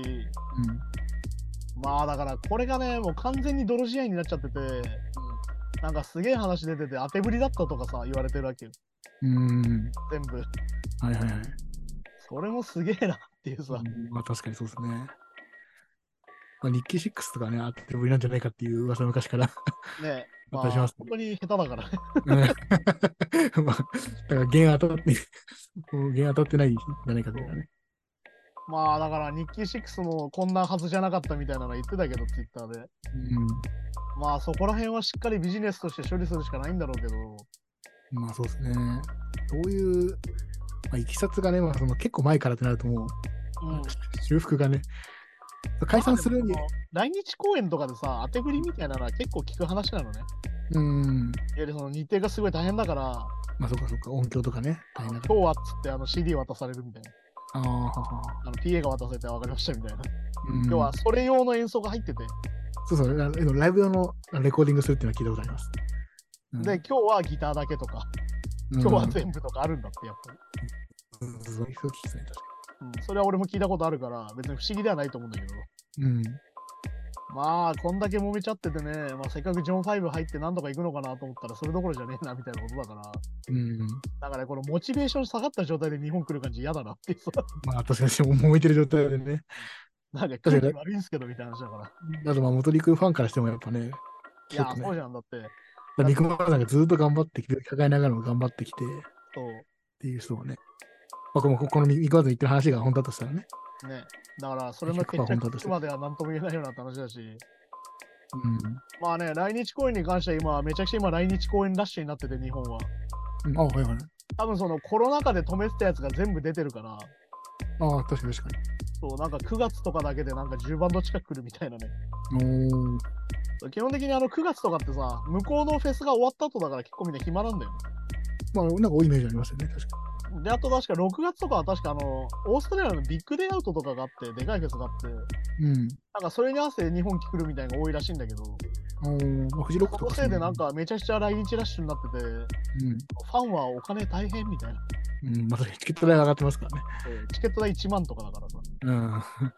Speaker 2: まあだからこれがね、もう完全に泥試合になっちゃってて、なんかすげえ話出てて当てぶりだったとかさ、言われてるわけよ。
Speaker 3: うん。うん。
Speaker 2: 全部。
Speaker 3: はいはいはい。
Speaker 2: それもすげえなっていうさ。
Speaker 3: うんまあ確かにそうですね。まあ、リッキーシックスとかね、あってもいいなんじゃないかっていう噂は昔から。
Speaker 2: ねまあ、
Speaker 3: 私は
Speaker 2: 本当に下手だからね。
Speaker 3: うんまあ、だ から、弦当たって、 もう弦当たってないんじゃないかみたいなね。
Speaker 2: まあだから日記6もこんなはずじゃなかったみたいなの言ってたけど、ツイッターで。まあそこら辺はしっかりビジネスとして処理するしかないんだろうけど、
Speaker 3: うん。まあそうですね。そういう、まあ、いきさつがね、まあ、その結構前からってなるともう、
Speaker 2: うん。
Speaker 3: 修復がね、解散するに
Speaker 2: ま、あでもその来日公演とかでさ、当て振りみたいなのは結構聞く話なのね。
Speaker 3: うん。
Speaker 2: いやでその日程がすごい大変だから、
Speaker 3: まあそうかそうか、音響とかね、
Speaker 2: あ
Speaker 3: 大
Speaker 2: の
Speaker 3: 変
Speaker 2: 今
Speaker 3: だか
Speaker 2: 日はっつってあの CD 渡されるみたいな。
Speaker 3: ら。ああ、はは
Speaker 2: あの PA が渡されて分かりましたみたいな。
Speaker 3: うん
Speaker 2: 今日はそれ用の演奏が入ってて、
Speaker 3: そうそう、あのライブ用のレコーディングするっていうのは聞いたことあります。うん
Speaker 2: で、、今日はギターだけとか、
Speaker 3: 今
Speaker 2: 今日は全部とかあるんだって、やっぱり。
Speaker 3: そうそうですね、確か
Speaker 2: うん、それは俺も聞いたことあるから、別に不思議ではないと思うんだけど。
Speaker 3: に。うん。
Speaker 2: まあ、こんだけ揉めちゃっててね、まあ、せっかくジョン・ファイブ入って何とか行くのかなと思ったら、それどころじゃねえなみたいなことだから、
Speaker 3: うん。
Speaker 2: だからこのモチベーション下がった状態で日本来る感じ嫌だなってさ、
Speaker 3: まあ、確かに、もう置いてる状態でね。
Speaker 2: なんか
Speaker 3: 確か
Speaker 2: 空
Speaker 3: に
Speaker 2: 気悪いんすけどみたいな話だから。
Speaker 3: あと、まあ、元陸ファンからしてもやっぱね、
Speaker 2: い
Speaker 3: ち
Speaker 2: や
Speaker 3: ょっと、
Speaker 2: そう
Speaker 3: ね、
Speaker 2: じゃんだって。
Speaker 3: 肉まんさんがずっと頑張ってきて、抱えながらも頑張ってきてっ
Speaker 2: そ
Speaker 3: ていう人もね、まあ、このこの肉まんさん言ってる話が本当だとしたらね、
Speaker 2: う、ね。だから、それの決
Speaker 3: 100%本当
Speaker 2: 着
Speaker 3: だ
Speaker 2: つくまでは何とも言えないような話だし、
Speaker 3: う
Speaker 2: まあね、来日公演に関しては今、めちゃくちゃ今、来日公演ラッシュになってて、日本は。
Speaker 3: ん。あ、はいはい。
Speaker 2: 多分そのコロナ禍で止めてたやつが全部出てるから、
Speaker 3: ああ、確かに確か
Speaker 2: そう、なんか9月とかだけでなんか10バンド近く来るみたいなね。
Speaker 3: に。おー
Speaker 2: 基本的にあの9月とかってさ、向こうのフェスが終わった後だから結構みんな暇なんだよね。
Speaker 3: まあ、なんか多いイメージありますよね、確か
Speaker 2: で、あと確か6月とかは確かあの、オーストラリアのビッグデイアウトとかがあって、でかいフェスがあって、なん
Speaker 3: に。うん。
Speaker 2: かそれに合わせて日本来るみたいなのが多いらしいんだけど、
Speaker 3: おーまあ、フジロック
Speaker 2: そ
Speaker 3: と
Speaker 2: の
Speaker 3: か
Speaker 2: せいでなん、かめちゃくちゃ来日ラッシュになってて、ファンはお金大変みたいな。
Speaker 3: うん。うん、まあ、確かにチケット代上がってますからね。
Speaker 2: チケット代1万とかだからさ。
Speaker 3: うん。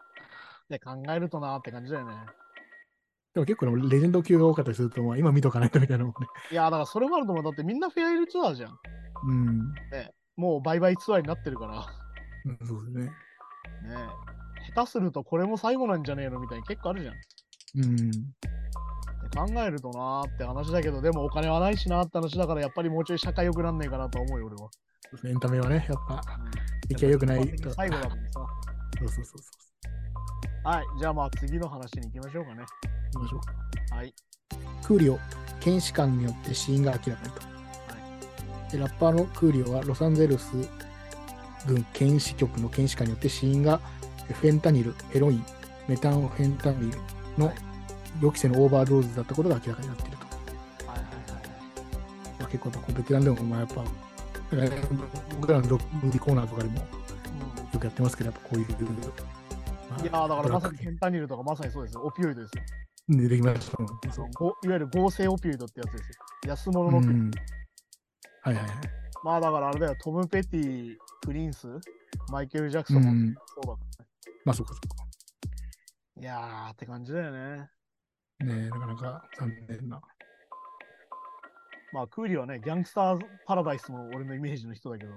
Speaker 2: で、考えるとなーって感じだよね。
Speaker 3: でも結構ねレジェンド級が多かったりすると、まあ、今見とかないとみたいなのもね。
Speaker 2: いやーだからそれもあると思う。だってみんなフェアイルツアーじゃん。
Speaker 3: うん。
Speaker 2: もうバイバイツアーになってるから。
Speaker 3: うんそうですね。
Speaker 2: ねえ下手するとこれも最後なんじゃねえのみたいに結構あるじゃん。
Speaker 3: うん。
Speaker 2: 考えるとなーって話だけど、でもお金はないしなーって話だから、やっぱりもうちょい社会良くなんねえかなとは思うよ、俺は。
Speaker 3: エンタメはね、やっぱ、
Speaker 2: 出
Speaker 3: 出来は良くない。
Speaker 2: 最後だもんさ。
Speaker 3: そうそうそうそ
Speaker 2: はい、じゃあまあ次の話に行きましょうかね。
Speaker 3: う。行きましょう。
Speaker 2: はい。
Speaker 3: クーリオ、検視官によって死因が明らかにと。でラッパーのクーリオはロサンゼルス軍検視局の検視官によって死因がフェンタニル、ヘロイン、メタンフェンタニルの
Speaker 2: はい
Speaker 3: 予期せぬオーバードーズだったことが明らかになっていると。
Speaker 2: はいはい
Speaker 3: まあ、結構やっぱベテランでも、まあ、やっぱ、僕らのロックムービーコーナーとかでもよ
Speaker 2: は
Speaker 3: くやってますけど、やっぱこういう。まあ
Speaker 2: い。うん、いやーだからまさ
Speaker 3: トラッ
Speaker 2: に
Speaker 3: ク
Speaker 2: フェンタニルとかまさにそうですよ。オピオイドですよ。
Speaker 3: 出てきましたもん。そう。
Speaker 2: ごいわゆる合成オピオイドってやつですよ。安物の、
Speaker 3: うん。はいはいはい。
Speaker 2: まあだからあれだよ、トム・ペティ、プリンス、マイケル・ジャクソ
Speaker 3: う
Speaker 2: ンも
Speaker 3: ん。
Speaker 2: そうだ、
Speaker 3: まあそうかそう
Speaker 2: いやーって感じだよね。
Speaker 3: か。ねえ、なかなか残念な。
Speaker 2: まあクーリーはね、ギャングスターズ・パラダイスも俺のイメージの人だけど、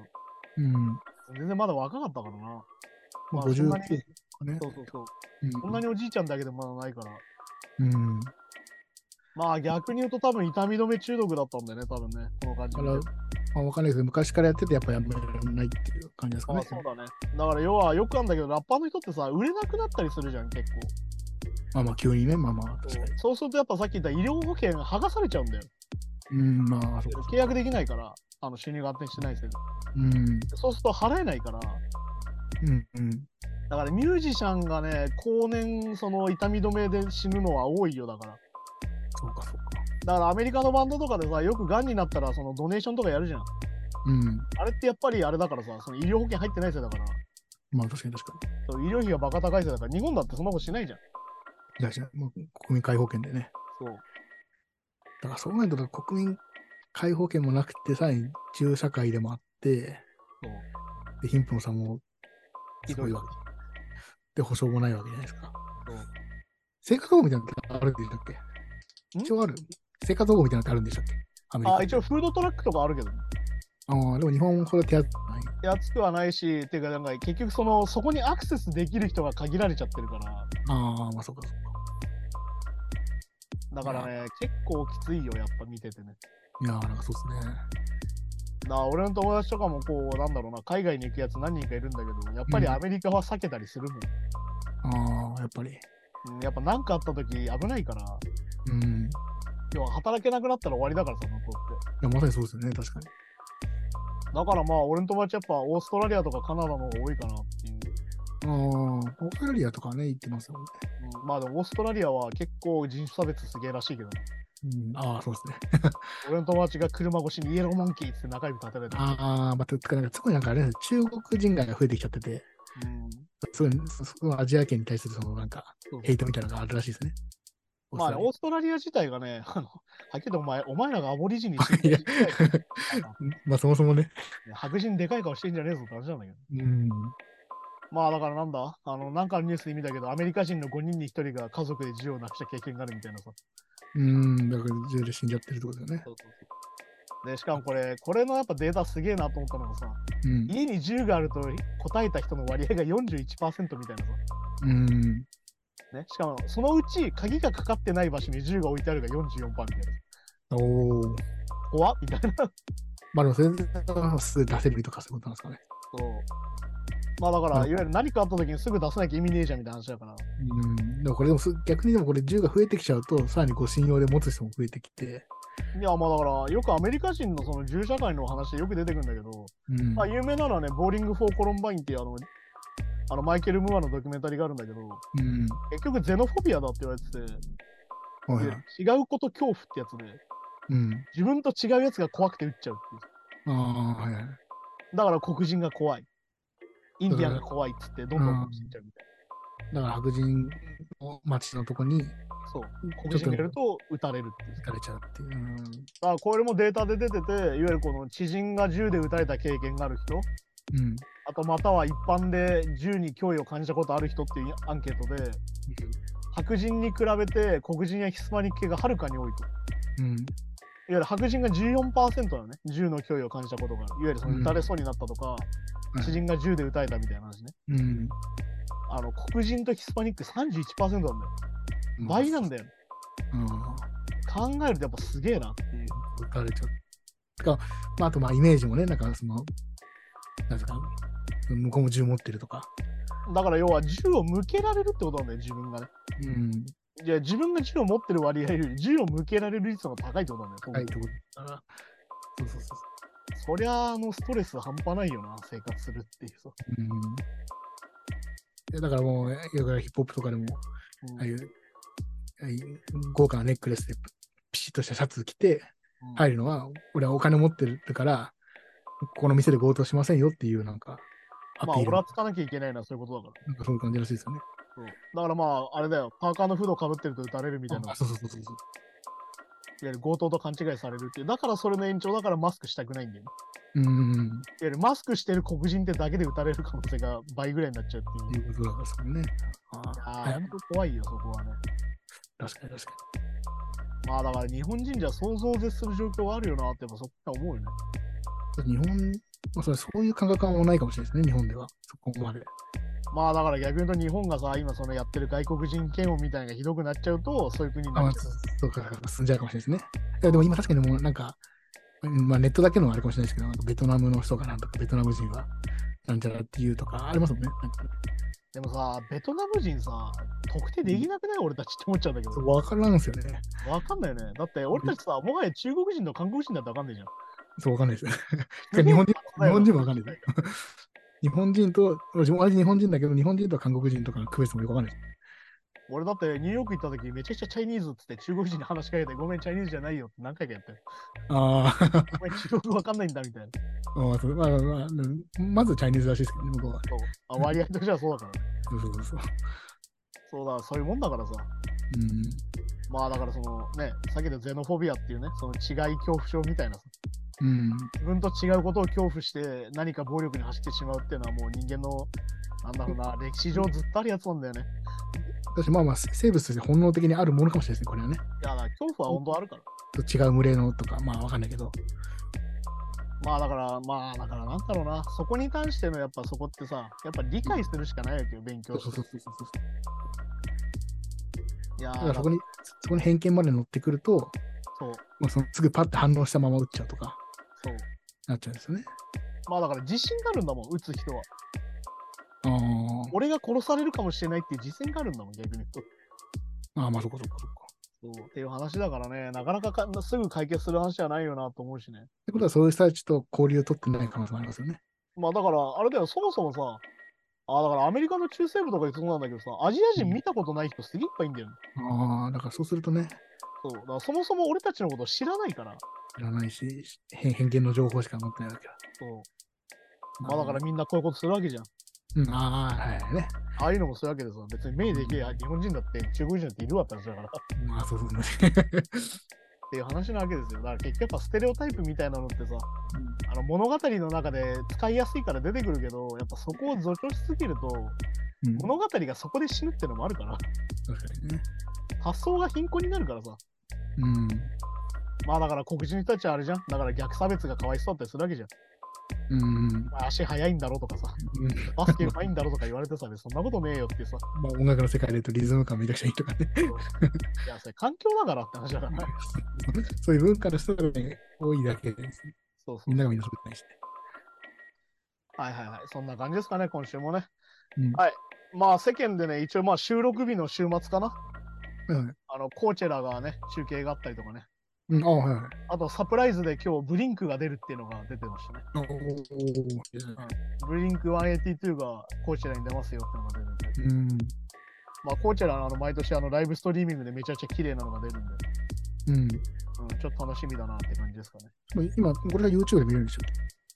Speaker 3: うん。ま
Speaker 2: 全然まだ若かったからな。
Speaker 3: あ
Speaker 2: まあそん
Speaker 3: 59
Speaker 2: な
Speaker 3: と
Speaker 2: に
Speaker 3: かね。
Speaker 2: そうそうそう。
Speaker 3: うん
Speaker 2: こんなにおじいちゃんだけでもまだないから。
Speaker 3: うん。
Speaker 2: まあ逆に言うと多分痛み止め中毒だったんだよね、多分ね。この感じ
Speaker 3: だか
Speaker 2: で。
Speaker 3: ら、まあ、わかんないですけど、昔からやってて、やっぱやめられないっていう感じですか
Speaker 2: ま
Speaker 3: ね
Speaker 2: あ。そうだね。だから要はよくあるんだけど、ラッパーの人ってさ、売れなくなったりするじゃん、結構。
Speaker 3: まあまあ、急にね、まあまあ、確
Speaker 2: そ
Speaker 3: か
Speaker 2: うそうするとやっぱさっき言った医療保険が剥がされちゃうんだよ。
Speaker 3: に。うん、まあ、そうか。
Speaker 2: 契約できないから、あの収入が安定してないですけど。
Speaker 3: うん、
Speaker 2: そうすると払えないから、
Speaker 3: うん、うん。
Speaker 2: だからミュージシャンがね、後年、その痛み止めで死ぬのは多いよだから。
Speaker 3: そうか、そうか。
Speaker 2: だからアメリカのバンドとかでさ、よくがんになったらそのドネーションとかやるじゃん。
Speaker 3: うん。
Speaker 2: あれってやっぱりあれだからさ、その医療保険入ってないせいだから、
Speaker 3: まあ、確かに確かに。
Speaker 2: そう医療費がバカ高いせいだから、日本だってそんなことしないじゃん。
Speaker 3: いや、じゃあもう国民皆保険でね。
Speaker 2: そう。
Speaker 3: だから、そうなると、国民皆保険もなくて、さらに銃社会でもあって、
Speaker 2: そう
Speaker 3: で、貧富の差もすごいわけ。で、保障もないわけじゃないですか
Speaker 2: そう。
Speaker 3: 生活保護みたいなのってあるんでしたっけ一応ある。生活保護みたいなのってあるんでしたっけアメリカ。
Speaker 2: あ、一応フードトラックとかあるけど、
Speaker 3: ああ、でも日本ほど手厚くない。
Speaker 2: 安くはないし、っていうか、なんか結局その、そこにアクセスできる人が限られちゃってるから、
Speaker 3: ああ、まあそうかそうか。
Speaker 2: だからね、結構きついよ、やっぱ見ててね。
Speaker 3: いやー、なんかそうですね。
Speaker 2: だから俺の友達とかもこう、なんだろうな、海外に行くやつ何人かいるんだけど、やっぱり
Speaker 3: うん
Speaker 2: アメリカは避けたりするもん。
Speaker 3: ああ、やっぱり。
Speaker 2: うんやっぱ何かあった時危ないから、
Speaker 3: うん。い
Speaker 2: 要は働けなくなったら終わりだからさ、向こうって。
Speaker 3: や、まさにそうですよね、確かに。
Speaker 2: だからまあ、俺の友達やっぱオーストラリアとかカナダの方が多いかなっていう。
Speaker 3: ああ、オーストラリアとかね、行ってますよね。
Speaker 2: うん、まあでもオーストラリアは結構人種差別すげえらしいけど、ね、
Speaker 3: うん、ああ、そうですね。
Speaker 2: 俺の友達が車越しにイエローモンキーっつって中指立てられた。
Speaker 3: ああ、まあ、てか、なんか、すごいなんかあれなんですよ中国人街が増えてきちゃってて、
Speaker 2: うん
Speaker 3: すごい、そそのアジア圏に対するそのなんか
Speaker 2: そう、
Speaker 3: ヘイトみたいなのがあるらしいですね。
Speaker 2: まあね、オ
Speaker 3: オー
Speaker 2: ーストラリア自体がね、 あのはっきり言ってお前、お前らがアボリジニ
Speaker 3: ストラリ
Speaker 2: して
Speaker 3: ア。まあ、そもそもね。
Speaker 2: 白人でかい顔してんじゃねえぞって話なんだけど。
Speaker 3: うん。
Speaker 2: まあだからなんだ、あの、なんかのニュースで見たけど、アメリカ人の5人に1人が家族で銃をなくした経験があるみたいなさ。
Speaker 3: うん、だから、銃で死んじゃってるってことですよね。
Speaker 2: で、しかもこれ、これのやっぱデータすげえなと思ったのがさ、
Speaker 3: うん。
Speaker 2: 家に銃があると答えた人の割合が41%みたいなさ。
Speaker 3: うん。
Speaker 2: ね、しかも、そのうち鍵がかかってない場所に銃が置いてあるが44%みたい
Speaker 3: おお。
Speaker 2: な。怖っみたいな。
Speaker 3: まあ、でも、全然、すぐ出せるとかそういうことなんですかね。
Speaker 2: そう。まあだから、
Speaker 3: うん
Speaker 2: いわゆる何かあった時にすぐ出さなきゃ意味ねえじゃんみたいな話だから。
Speaker 3: うん、でもこれでもす逆にでもこれ銃が増えてきちゃうとさらにご信用で持つ人も増えてきて、
Speaker 2: いや、まあだから、よくアメリカ人のその銃社会の話でよく出てくるんだけど、
Speaker 3: うん
Speaker 2: まあ有名なのはね、ボーリング・フォー・コロンバインっていうあの、あのマイケル・ムーアのドキュメンタリーがあるんだけど、
Speaker 3: うん
Speaker 2: 結局ゼノフォビアだって言われてて、
Speaker 3: はい
Speaker 2: い
Speaker 3: は
Speaker 2: わ
Speaker 3: い
Speaker 2: ゆる違うこと恐怖ってやつで、
Speaker 3: うん、
Speaker 2: 自分と違うやつが怖くて撃っちゃうっていう。
Speaker 3: ああはいはい
Speaker 2: だから黒人が怖い。インディアンが怖いっつって、どんどん殺していっちゃうみたい
Speaker 3: だから白人の町のとこに
Speaker 2: な。そう。黒人がいると撃たれるっていう
Speaker 3: 行。かれちゃうっていう、うん
Speaker 2: だからこれもデータで出てて、いわゆるこの知人が銃で撃たれた経験がある人、
Speaker 3: うん
Speaker 2: あとまたは一般で銃に脅威を感じたことある人っていうアンケートで、白人に比べて黒人やヒスパニック系がはるかに多いと。いわ
Speaker 3: うん、
Speaker 2: ゆる白人が14%だよね、銃の脅威を感じたことがある。いわゆるその撃たれそうになったとか、
Speaker 3: うん
Speaker 2: 知人が銃で撃たれたみたいな話ね。
Speaker 3: うん、
Speaker 2: あの黒人とヒスパニック31%なんだよ。倍なんだよ。
Speaker 3: うん
Speaker 2: 考えるとやっぱすげえなっていう。
Speaker 3: 打たれちゃうてか、まあ、あとまあイメージもねなんかそのなんですか向こうも銃持ってるとか、
Speaker 2: だから要は銃を向けられるってことなんだよ、自分がね。
Speaker 3: うん、
Speaker 2: いや、自分が銃を持ってる割合より銃を向けられる率の方が高いってことなんだよ。
Speaker 3: はいってことだからそうそうそう
Speaker 2: そりゃあ、の、ストレス半端ないよな、生活するっていうさ。
Speaker 3: うんいやだからもう、いやヒップホップとかでも、
Speaker 2: うん
Speaker 3: ああいう、ああいう豪華なネックレスでピシッとしたシャツ着て
Speaker 2: うん
Speaker 3: 入るのは、俺はお金持ってるから、この店で強盗しませんよっていうなんか、ア
Speaker 2: まあ、
Speaker 3: ピー
Speaker 2: お
Speaker 3: ル、
Speaker 2: らつかなきゃいけないのはそういうことだか
Speaker 3: なんかそういう感じらしいですよね。
Speaker 2: だからまあ、あれだよ、パーカーのフードかぶってると撃たれるみたいな、い
Speaker 3: あ
Speaker 2: わ
Speaker 3: そうそうそうそうそう。
Speaker 2: ゆる強盗と勘違いされるっていう、だからそれの延長だからマスクしたくないんだよね。
Speaker 3: うんうん
Speaker 2: い
Speaker 3: うん。
Speaker 2: わゆるマスクしてる黒人ってだけで撃たれる可能性が倍ぐらいになっちゃうっていう。
Speaker 3: いうことだからそれね。
Speaker 2: あ
Speaker 3: は
Speaker 2: あ、
Speaker 3: い
Speaker 2: ほんと怖いよ、そこはね。
Speaker 3: 確かに確か
Speaker 2: まあだから日本人じゃ想像を絶する状況はあるよなって、やっぱそっから思うよね。
Speaker 3: に。日本、まあ、それそういう感覚はもうないかもしれないですね、日本では。そこまで。
Speaker 2: まあだから逆に言うと日本がさ、今そのやってる外国人嫌悪みたいなのがひどくなっちゃうと、そういう国に
Speaker 3: あ
Speaker 2: な
Speaker 3: まあ
Speaker 2: っちゃう。
Speaker 3: そうか、進んじゃうかもしれないですね。いやでも今確かにもうなんか、うんまあ、ネットだけのあれかもしれないですけど、なんかベトナムの人がなんとか、ベトナム人はなんちゃらっていうとかありますもんね。なんか
Speaker 2: でもさ、ベトナム人さ、特定できなくない俺たちって思っちゃうんだけ
Speaker 3: そ
Speaker 2: ど。
Speaker 3: うわからんですよね。
Speaker 2: わかんないよね。だって俺たちさ、もはや中国人と韓国人だってわかんないじゃん。
Speaker 3: そう、わかんないです。 日本人日本人もわかんないです。日本人と、自分同じ日本人だけど、日本人と韓国人とかの区別もよくわかんないです。
Speaker 2: 俺だってニューヨーク行った時めちゃくちゃチャイニーズっつって中国人に話しかけてごめんチャイニーズじゃないよって何回かやったよ。
Speaker 3: あー
Speaker 2: お前中国語わかんないんだみたいな。
Speaker 3: あー、そうまあまあ、うんまずチャイニーズらしいですけどね、向こうは。
Speaker 2: そうあ割合としてはそうだからね。
Speaker 3: そうそうそうそう。
Speaker 2: そうだ、そういうもんだからさ。
Speaker 3: うん
Speaker 2: まあだからそのね、さっきのゼノフォビアっていうね、その違い恐怖症みたいなさ、
Speaker 3: うん、
Speaker 2: 自分と違うことを恐怖して何か暴力に走ってしまうっていうのはもう人間の、なんだろうな、歴史上ずっとあるやつなんだよね。
Speaker 3: 私まあまあ生物として本能的にあるものかもしれないですね、これはね。
Speaker 2: いや、だから恐怖は本当あるから。
Speaker 3: 違う群れのとか、まあわかんないけど。
Speaker 2: まあだから、まあだからなんだろうな、そこに関してのやっぱそこってさ、やっぱ理解するしかないわけよ、勉強して。
Speaker 3: そうそうそう。
Speaker 2: いやー
Speaker 3: だからそこに、そこに偏見まで乗ってくると、
Speaker 2: そう、
Speaker 3: まあ、そのすぐパッて反応したまま打っちゃうとか、
Speaker 2: そう。
Speaker 3: なっちゃうんですよね。
Speaker 2: まあだから自信があるんだもん、打つ人は。
Speaker 3: ああ、
Speaker 2: 俺が殺されるかもしれないっていう自信があるんだもん、逆に。
Speaker 3: まあまあそこそこそこ。
Speaker 2: そうっていう話だからね、なかなかかすぐ解決する話じゃないよなと思うしね。
Speaker 3: ってことはそういう人たちと交流を取ってない可能性もありますよね。
Speaker 2: まあだから、あれだよ、そもそもさ、あだからアメリカの中西部とか行くそうなんだけどさ、アジア人見たことない人すげえいっぱいいんだよね。
Speaker 3: ああ、だからそうするとね、
Speaker 2: そう。だからそもそも俺たちのことを知らないから。
Speaker 3: 知らないし、偏偏見の情報しか持ってないわけだ。
Speaker 2: そう。まあだからみんなこういうことするわけじゃん。
Speaker 3: うん、ああ、はいはいね。
Speaker 2: ああいうのもするわけでさ、別に目でけえ日本人だって中国人だっているわって話だから。
Speaker 3: まあそうそう、ね。
Speaker 2: っていう話なわけですよ。だから結局やっぱステレオタイプみたいなのってさ、あの物語の中で使いやすいから出てくるけど、やっぱそこを助長しすぎると、
Speaker 3: うん、
Speaker 2: 物語がそこで死ぬってのもあるから、
Speaker 3: 確かにね。
Speaker 2: 発想が貧困になるからさ。
Speaker 3: うん。
Speaker 2: まあだから黒人の人たちはあれじゃん。だから逆差別がかわいそうだったりするわけじゃん。
Speaker 3: うん。うん
Speaker 2: まあ足速いんだろうとかさ、 バスケうまいんだろうとか言われてさ、そんなことねえよって さ、
Speaker 3: まあ音楽の世界で言うとリズム感めちゃくちゃいいとかね。
Speaker 2: いや、それ環境だからって話だから。
Speaker 3: そういう文化の人が、ね、多いだけで、
Speaker 2: そうそう
Speaker 3: みん。ながみんなそうじゃないしね。
Speaker 2: はいはいはい。そんな感じですかね、今週もね。
Speaker 3: うん
Speaker 2: はいまあ世間でね、一応まあ収録日の週末かな。
Speaker 3: うん
Speaker 2: あの、コーチェラがね、中継があったりとかね。
Speaker 3: うん、あはいはい。
Speaker 2: あとサプライズで今日ブリンクが出るっていうのが出てましたね。
Speaker 3: おー
Speaker 2: ブリンク182がコーチェラに出ますよってのが出るんで。
Speaker 3: うん。
Speaker 2: まあコーチェラのあの毎年あのライブストリーミングでめちゃくちゃ綺麗なのが出るんで、
Speaker 3: うん。
Speaker 2: うん、ちょっと楽しみだなって感じですかね。
Speaker 3: 今、これが YouTube で見れるんでし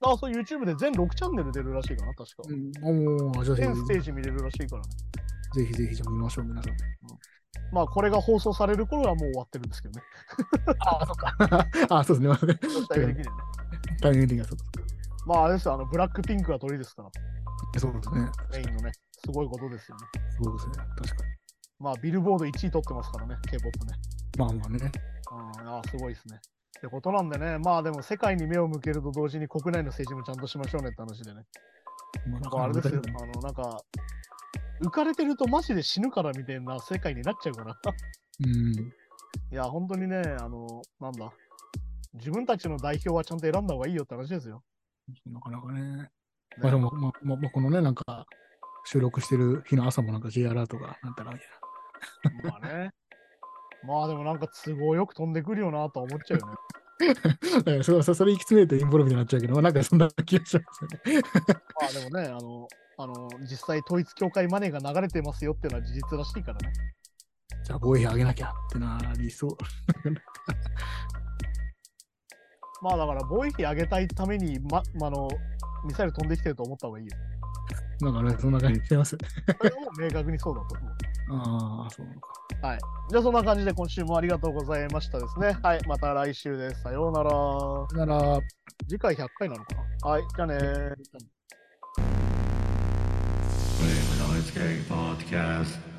Speaker 3: ょ。
Speaker 2: あ、そう YouTube で全6チャンネル出るらしいかな、確か。
Speaker 3: うん。おーじゃあぜ
Speaker 2: 全ス
Speaker 3: ひ
Speaker 2: テージ見れるらしいからね。
Speaker 3: ぜひぜひじゃあ見ましょう、皆さんで。
Speaker 2: まあこれが放送される頃はもう終わってるんですけどね。
Speaker 3: ああ、そっか。あそうですね。まあね
Speaker 2: タイミング的にね
Speaker 3: タイミング的にはそうですか
Speaker 2: まああれですよ、あのブラックピンクが鳥ですから、
Speaker 3: そうですね。
Speaker 2: メインのね、すごいことですよね。
Speaker 3: そうですね。確かに。
Speaker 2: まあビルボード1位取ってますからね、K-POP ね。
Speaker 3: まあまあね。
Speaker 2: うん、ああ、すごいですね。ってことなんでね、まあでも世界に目を向けると同時に国内の政治もちゃんとしましょうねって話でね。
Speaker 3: ま
Speaker 2: な
Speaker 3: あ、なん
Speaker 2: かあれですよ
Speaker 3: か、
Speaker 2: あの、なんか、浮かれてるとマジで死ぬからみたいな世界になっちゃうから。
Speaker 3: うん。
Speaker 2: いや、本当にね、あの、なんだ、自分たちの代表はちゃんと選んだ方がいいよって話ですよ。
Speaker 3: なかなかね。まあでも、まあ、まあまあ、このね、なんか、収録してる日の朝もなんか J アラートがなんたらみたい な。
Speaker 2: まあね。 まあでもなんか都合よく飛んでくるよなとは思っちゃうよね。
Speaker 3: えそれそそれ行き詰めるとインボロみたいになっちゃうけど、まあ、なんかそんな気がしますよね。
Speaker 2: まあでもね、あの、あの、実際統一教会マネーが流れてますよっていうのは事実らしいからね。
Speaker 3: じゃあ防衛費上げなきゃってなりそう。
Speaker 2: まあだから防衛費上げたいために、ま、まあの、ミサイル飛んできてると思った方がいいよ。
Speaker 3: なんかね、そんな感じしてます。
Speaker 2: それはもう明確にそうだと思う。
Speaker 3: ああ、そうなのか。
Speaker 2: じゃあそんな感じで今週もありがとうございましたですね。はい、また来週です。さようなら。
Speaker 3: なら、
Speaker 2: 次回100回なのかなはい、じゃあねー。
Speaker 1: Brave Noise Gang Podcast.